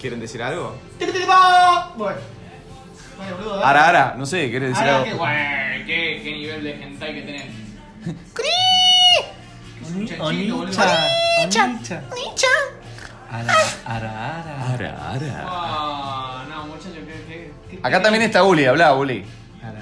¿Quieren decir algo? ¡Tiquitibao! Bueno. Bueno, boludo, ¿eh? dale. Ara, ara, no sé, ¿quieres decir Ara, algo? qué guay. Güey, qué, qué nivel de hentai que tenés. Es un Oni- chanchito, boludo. Onicha. Onicha. Ara, ara, ara. Ara, ara. Wow, no, muchachos, qué, qué, qué- Acá también está Uli, hablá, Uli.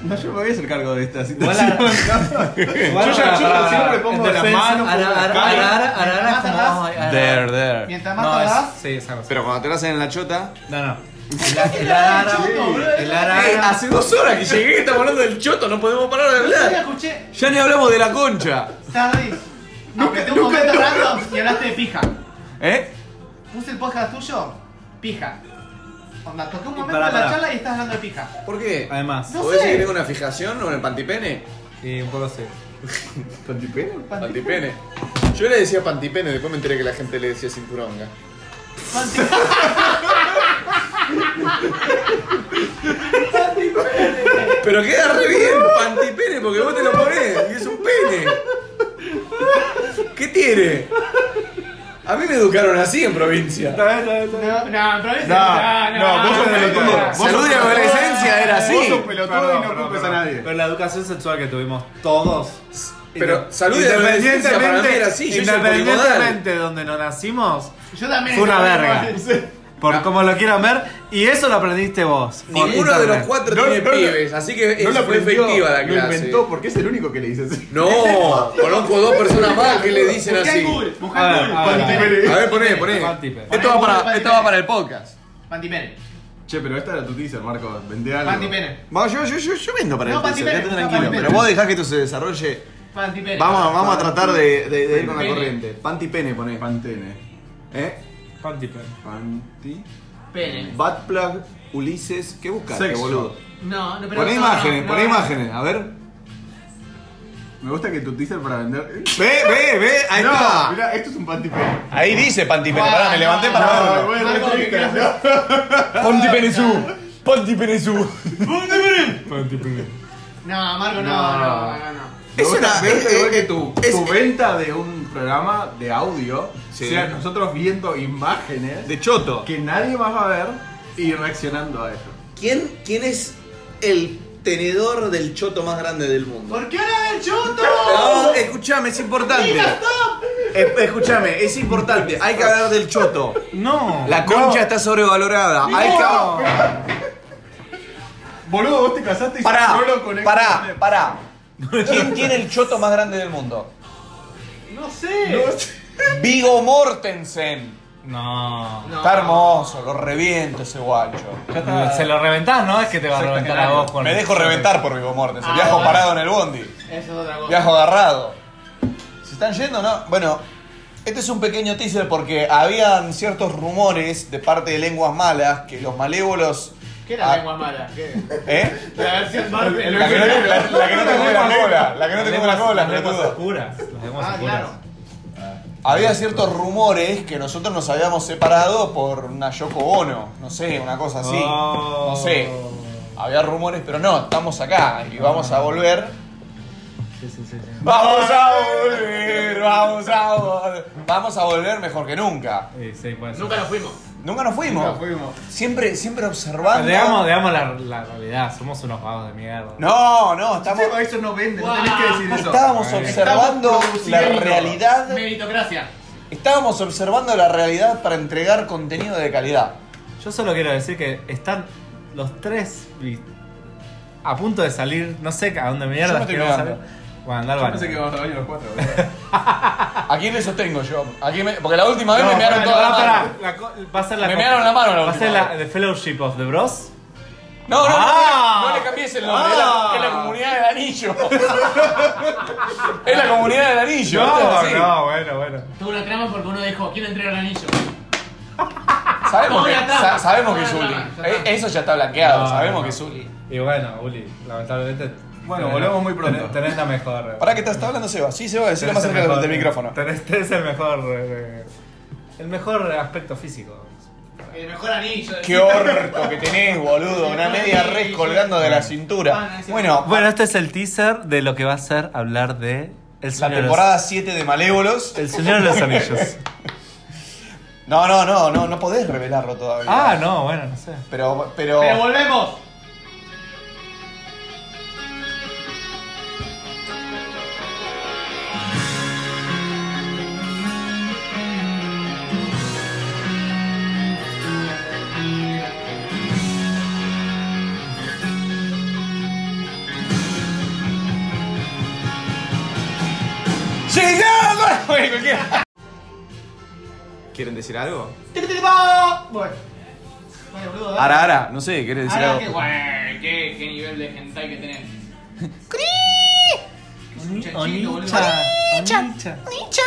No, yo me voy a hacer cargo de esta Igual situación. ara- igual Yo ya- yo ara- siempre pongo Ara- defensa. ara- ara- ara- ara- ara- ara- Más como- atrás. ara- There, there. Mientras más No, te es- das. sí, es algo así. Pero cuando te lo hacen en la chota. No, no. El a- El ara- ara- el ara- Eh, ara- hace dos horas que llegué, estamos hablando del choto, no podemos parar de Yo hablar. escuché. Ya ni hablamos de la concha. Tardis. Nunca, un momento random y hablaste de pija. ¿Eh? Puse el podcast tuyo. Pija. Onda, toqué un momento pará, en la pará. charla y estás hablando de pija. ¿Por qué? Además. No ¿Vos decís sé. que tengo una fijación o el pantipene? Sí, un poco así. ¿Pantipene? Pantipene. Yo le decía pantipene, después me enteré que la gente le decía cinturonga. Fanti- Pero queda re bien, pantipene, porque vos te lo ponés y es un pene. ¿Qué tiene? A mí me educaron así en provincia. No, no, pero ese- No, no, vos sos pelotudo. Vos Salud sos y pelotudo. adolescencia era Vos así. sos pelotudo y Perdón, no perdón, culpes a perdón. nadie. Pero la educación sexual que tuvimos todos. Pero salud y adolescencia independientemente, para mí era así, yo hice polimodal. independientemente de donde nos nacimos, Yo también. Fue una verga. por No. como lo quieran ver, y eso lo aprendiste vos. por Ninguno de los internet. cuatro No, tiene no, no. pibes, así que es No lo fue aprendió, efectiva la lo clase. inventó porque es el único que le dice así. No, conozco dos personas más Ah, que le dicen Buscá en así. Google. A Buscá en ver, Google. a ver, Pantipene. A ver, poné, Este poné. Pantipene. Esto va para, esto va para el podcast. Pantipene. Che, pero esta era tu teaser, Marco. Vendé algo. Pantipene. Vamos, yo, yo, yo, yo vendo para No, el teaser, Pantipene, quédate no, tranquilo. Pantipene. Pero vos dejás que esto se desarrolle. Pantipene. Vamos, a- vamos a tratar de, de- de ir con la Pene. corriente. Panti pene ponés. Pantene. ¿Eh? Pantipene. Panti. Pene. Batplug, Ulises, ¿qué buscaste, Sexo. boludo? No, no, pero. Poné no, imágenes, no, poné no. imágenes, a ver. Me gusta que tu teaser para vender. Ve, ve, ve, ahí no, está. Mirá, esto es un pantipene. Ahí dice Panti pene, Ah, pará, me levanté no, para no, verlo. bueno, Marco, sí, ¿qué querés no. Panti Penesú, Panti Penesú. No, Marco, No. no, no, no, no. Me Es gusta- una- me gusta eh, igual eh, que tu, es- tu venta de un programa de audio Sí. sea nosotros viendo imágenes De Choto. que nadie más va a ver y reaccionando a eso. ¿Quién, ¿Quién es el tenedor del Choto más grande del mundo? ¿Por qué ahora del chuto? No, escúchame, es importante. Es- Escúchame, es importante. Hay que hablar del choto. No. La concha está sobrevalorada. Hay que. Boludo, vos te casaste y Pará, no lo conectas. pará, pará. ¿Quién tiene el choto más grande del mundo? No sé. No sé. Vigo Mortensen. No. No. Está hermoso, lo reviento ese guacho. Se lo reventás, ¿no? Es que te va a reventar a vos con Me dejo reventar por Vigo Mortensen. Ah, Viajo bueno. parado en el bondi. Eso es otra cosa. Viajo agarrado. ¿Se están yendo no? Bueno, este es un pequeño teaser porque habían ciertos rumores de parte de lenguas malas que los malévolos. ¿Qué era la Ah, lengua mala? ¿Qué? ¿Eh? La versión La que, Marvel. Ah, no, la- la que no te come la cola, la que no te come la cola, Las lenguas pelotudo. oscuras. Las lenguas Ah, oscuras. claro. Había ciertos rumores que nosotros nos habíamos separado por una Yoko Ono, no sé, una cosa así. Oh. No sé. Había rumores, pero no, estamos acá y vamos a volver. Vamos a volver, vamos a volver. Vamos a volver mejor que nunca. Sí, sí, puede ser. Nunca nos fuimos. Nunca nos fuimos. Nunca fuimos. Siempre, siempre observando. Veamos, veamos la, la realidad. Somos unos vagos de mierda. No, no, estamos, Eso- Eso no vende, no Guau. tenés que decir eso. estábamos Estamos observando la produciendo. realidad. Meritocracia. Estábamos observando la realidad para entregar contenido de calidad. Yo solo quiero decir que están los tres vi- a punto de salir. No sé a dónde Yo mierda me estoy que vamos a salir. cagando. Bueno, andar Yo pensé que vamos a baño los cuatro. boludo. Aquí me sostengo yo. Aquí me- porque la última vez me mearon no, toda la pará, mano. la co- va a ser la Me co- mearon la mano la Va a ser última la The Fellowship of the Bros. No, no, no, Ah. no, le- no le cambies el nombre. Es, la, es la comunidad del anillo. es la comunidad del anillo. esto es así. bueno, bueno. Tuvo una trama porque uno dijo, quiero entregar el anillo. Sabemos que, Una trama. sa- sabemos que es Una Uli. trama, ya está. Eh, Eso ya está blanqueado. No, sabemos no, que es no. Uli. Y bueno, Uli, lamentablemente. Bueno, volvemos muy pronto. Tenés, tenés la mejor. ¿Para qué te está hablando Seba? Sí, Seba, decirle tenés más el cerca del mejor- del micrófono. Tenés, tenés el mejor. eh, el mejor aspecto físico. El mejor anillo. Qué orto que tenés, boludo. Una media res colgando de la cintura. Bueno, Bueno, este es el teaser de lo que va a ser hablar de. El la temporada 7 de Malévolos. El Señor de los Anillos. No, no, no, no, no podés revelarlo todavía. Ah, no, bueno, no sé. Pero, pero. Pero volvemos. ¡Llegado! Bueno, cualquiera. ¿Quieren decir algo? Tiki, tiki, pa. Bueno. Vale, boludo, dale. Ara, ara, no sé, ¿quieres decir Ara, algo? qué guay. Güey, qué, qué nivel de hentai que tenés. Es un chanchito, boludo. Onicha. Onicha.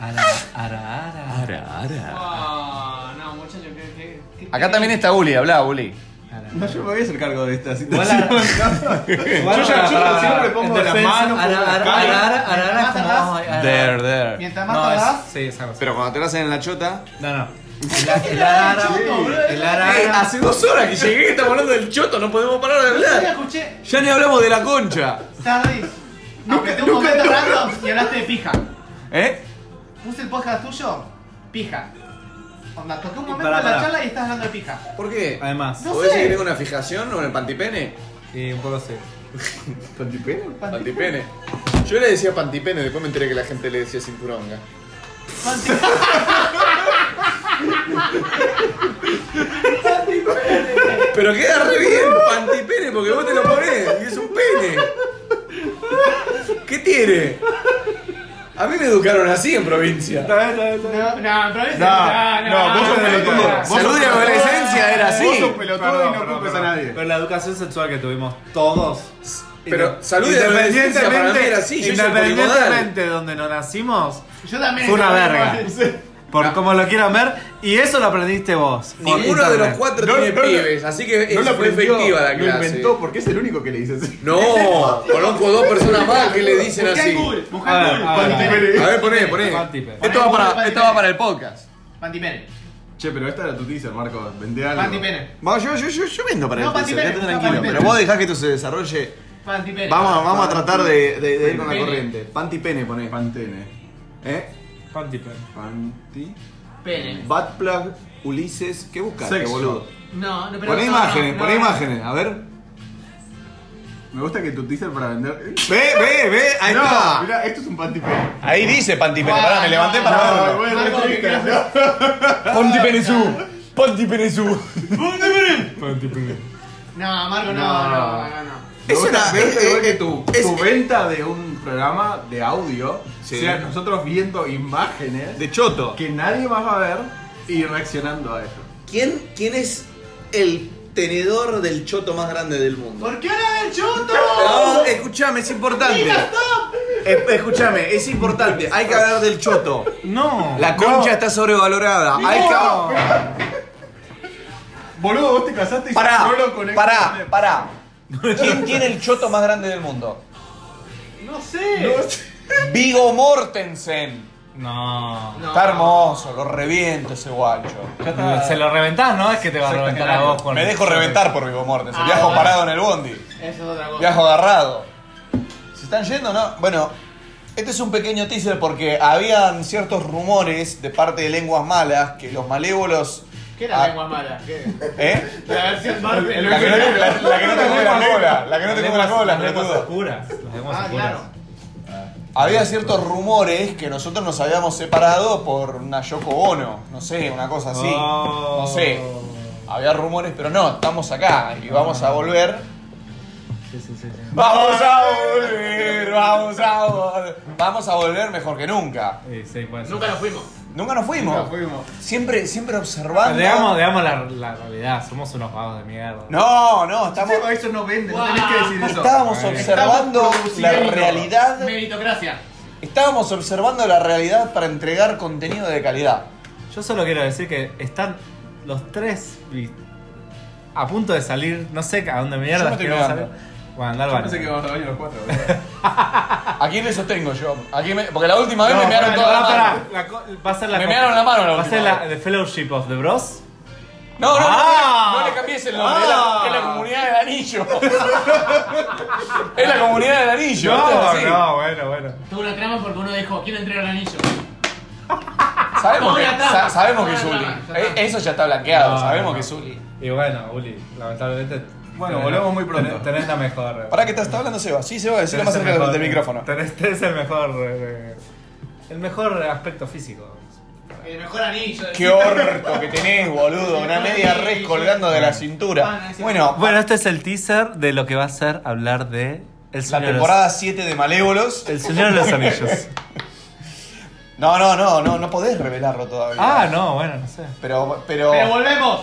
Ara, ara, ara. Ara, ara. Ah, no, muchacho, qué- qué- qué- Acá también está Uli, hablá, Uli. ara. No, yo me voy a hacer cargo de esta Igual situación. ara- Igual Yo ya- ara- yo ara- siempre pongo en las defensa, manos, pongo ara- la ara- cara. ara- ara- ara, Más como, atrás. ay, ara. There, there. Mientras más No, es- tardás, sí, esa cosa. Pero cuando te la hacen en la chota. No, no. El, a- el ara, ara- el ara- Eh, ara- hace dos horas que llegué, estamos hablando del choto, no podemos parar de yo la hablar. escuché Ya ni hablamos de la concha. tardís. Aunque un nunca- momento nunca- random y hablaste de pija. ¿Eh? Puse el podcast tuyo, pija. Onda, toqué un Y momento pará, de la pará. charla y estás hablando de pija. ¿Por qué? Además, No ¿Podés sé. decir que tengo una fijación o en el pantipene? y un poco sí. ¿Pantipero? Pantipene. Yo le decía pantipene, después me enteré que la gente le decía cinturonga. Panti- Panti- Pero queda re bien, pantipene, porque vos te lo ponés y es un pene. ¿Qué tiene? A mí me educaron así en provincia. No, no, pero ese- No, no, vos sos pelotudo. Vos Salud sos y adolescencia era Vos sos así. pelotudo y no Perdón, culpes a perdón. nadie. Pero la educación sexual que tuvimos todos. Pero salud y adolescencia independientemente, para mí era así. Yo soy polimodal. independientemente de donde nos nacimos, Yo también. Fue una estaba verga. igual. Sí. por como lo quieran ver, y eso lo aprendiste vos. por Ninguno de internet. los cuatro No, tiene no, no. pibes, así que es No la fue aprendió, efectiva la Lo clase. inventó porque es el único que le dice así. No, conozco dos personas más que le dicen Buscá en así. Google, A buscá ver, en a Google. ver, Panti a ver. Pérez. A ver, poné, poné. Pantipene. Esto va para, esto va para el podcast. Panti Pérez. Che, pero esta era tu teaser, Marco. Vendé algo. Panti Pérez. Bueno, yo, yo, yo, yo vendo para No, el teaser, Pantipene, quédate no, tranquilo. Pantipene. Pero vos dejás que esto se desarrolle. Panti Pérez. Vamos, vamos a tratar de, de- de ir con la Pantipene. corriente. Panti pene ponés. Pantene. ¿Eh? Pantipene. Panti. Pene. Bad plug, Ulises, ¿qué buscas, Sexo. boludo? No, no, pero. Poné no, imágenes, no, poné no. imágenes, a ver. Me gusta que tu teaser para vender. Ve, ve, ve, ahí no, está. mirá, esto es un Ah, pantipene. Ahí dice Panti pene, Ah, pará, me levanté no, para no, verlo. no, bueno, Algo sí, que claro. quieras. Panti Penesú, Panti Penesú. No, Marco, No. no, no, no, no. Me Es gusta- una- me gusta eh, igual eh, que tu, es- tu venta de un programa de audio Sí. sea nosotros viendo imágenes De Choto. que nadie más va a ver y reaccionando a eso. ¿Quién, ¿Quién es el tenedor del Choto más grande del mundo? ¿Por qué ahora del chuto? No, escúchame, es importante. Es- Escúchame, es importante. Hay que hablar del choto. No. La concha está sobrevalorada. Hay No. que. Boludo, vos te casaste y Pará, solo con pará, pará. ¿Quién tiene el choto más grande del mundo? No sé. Vigo Mortensen. No. No. Está hermoso, lo reviento ese guacho. Ya está. Se lo reventás, ¿no? Es que te va a Exacto, reventar a claro. vos. por- Me dejo reventar por Vigo Mortensen. Ah, Viajo bueno. parado en el bondi. Eso es otra cosa. Viajo agarrado. ¿Se están yendo no? Bueno, este es un pequeño teaser porque habían ciertos rumores de parte de lenguas malas que los malévolos. ¿Qué era Ah, la lengua mala? ¿Qué? ¿Eh? La versión Marvel. La que no te, la, la que no te come la cola, la que no te come la cola, Las lenguas pelotudo. oscuras. Las lenguas Ah, oscuras. claro. Había ciertos rumores que nosotros nos habíamos separado por una Yoko Ono, no sé, una cosa así. Oh. No sé. Había rumores, pero no, estamos acá y vamos a volver. Sí, sí, sí. sí. Vamos a volver, vamos a volver. Vamos a volver mejor que nunca. Sí, sí, puede ser. Nunca nos fuimos. Nunca nos fuimos. Nunca fuimos. Siempre, siempre observando. Veamos, veamos la, la realidad. Somos unos vagos de mierda. No, no, estamos, Eso, eso no vende, Guau. no tenés que decir eso. estábamos Estamos observando la produciendo. realidad. Meritocracia. Estábamos observando la realidad para entregar contenido de calidad. Yo solo quiero decir que están los tres vi- a punto de salir. No sé a dónde Yo me mierda es estoy que vamos a salir. cagando. Bueno, andar Yo pensé que vamos a baño los cuatro, boludo. ¿A quién le sostengo yo? ¿A quién me- Porque la última vez No, me mearon pará, toda la pará, mano. pará. La co- va a ser la Me co- mearon la mano la Va a ser última la The Fellowship of the Bros. No, no, no, Ah. no, le- no le cambies el nombre. es la- Ah. Es, la, comunidad del anillo. es la comunidad del anillo. esto es así. no, bueno, bueno. Tuvo una trama porque uno dijo: ¿Quién entrega el anillo? Sabemos Vamos que, a la trampa. sa- sabemos que es Vamos a Uli. la trampa, ya está. Eh, Eso ya está blanqueado, No, sabemos no, no. que es Uli. Y bueno, Uli, lamentablemente. Bueno, tenés- volvemos muy pronto. tenés- Tenés la mejor. ¿Para qué te está hablando Seba? Sí, Seba, decirle Tenés más el cerca mejor- del micrófono. Tenés, tenés el mejor. eh, El mejor aspecto físico. El mejor anillo. Qué orto que tenés, boludo. Una media res colgando de la cintura. Bueno, Bueno, este es el teaser de lo que va a ser hablar de. la El Señor de los- temporada 7 de Malévolos. El Señor de los Anillos. No, no, no, no, no podés revelarlo todavía. ah, no, bueno, no sé. Pero, pero. Pero volvemos.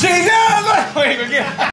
¡Llegamos! Bueno, cualquiera.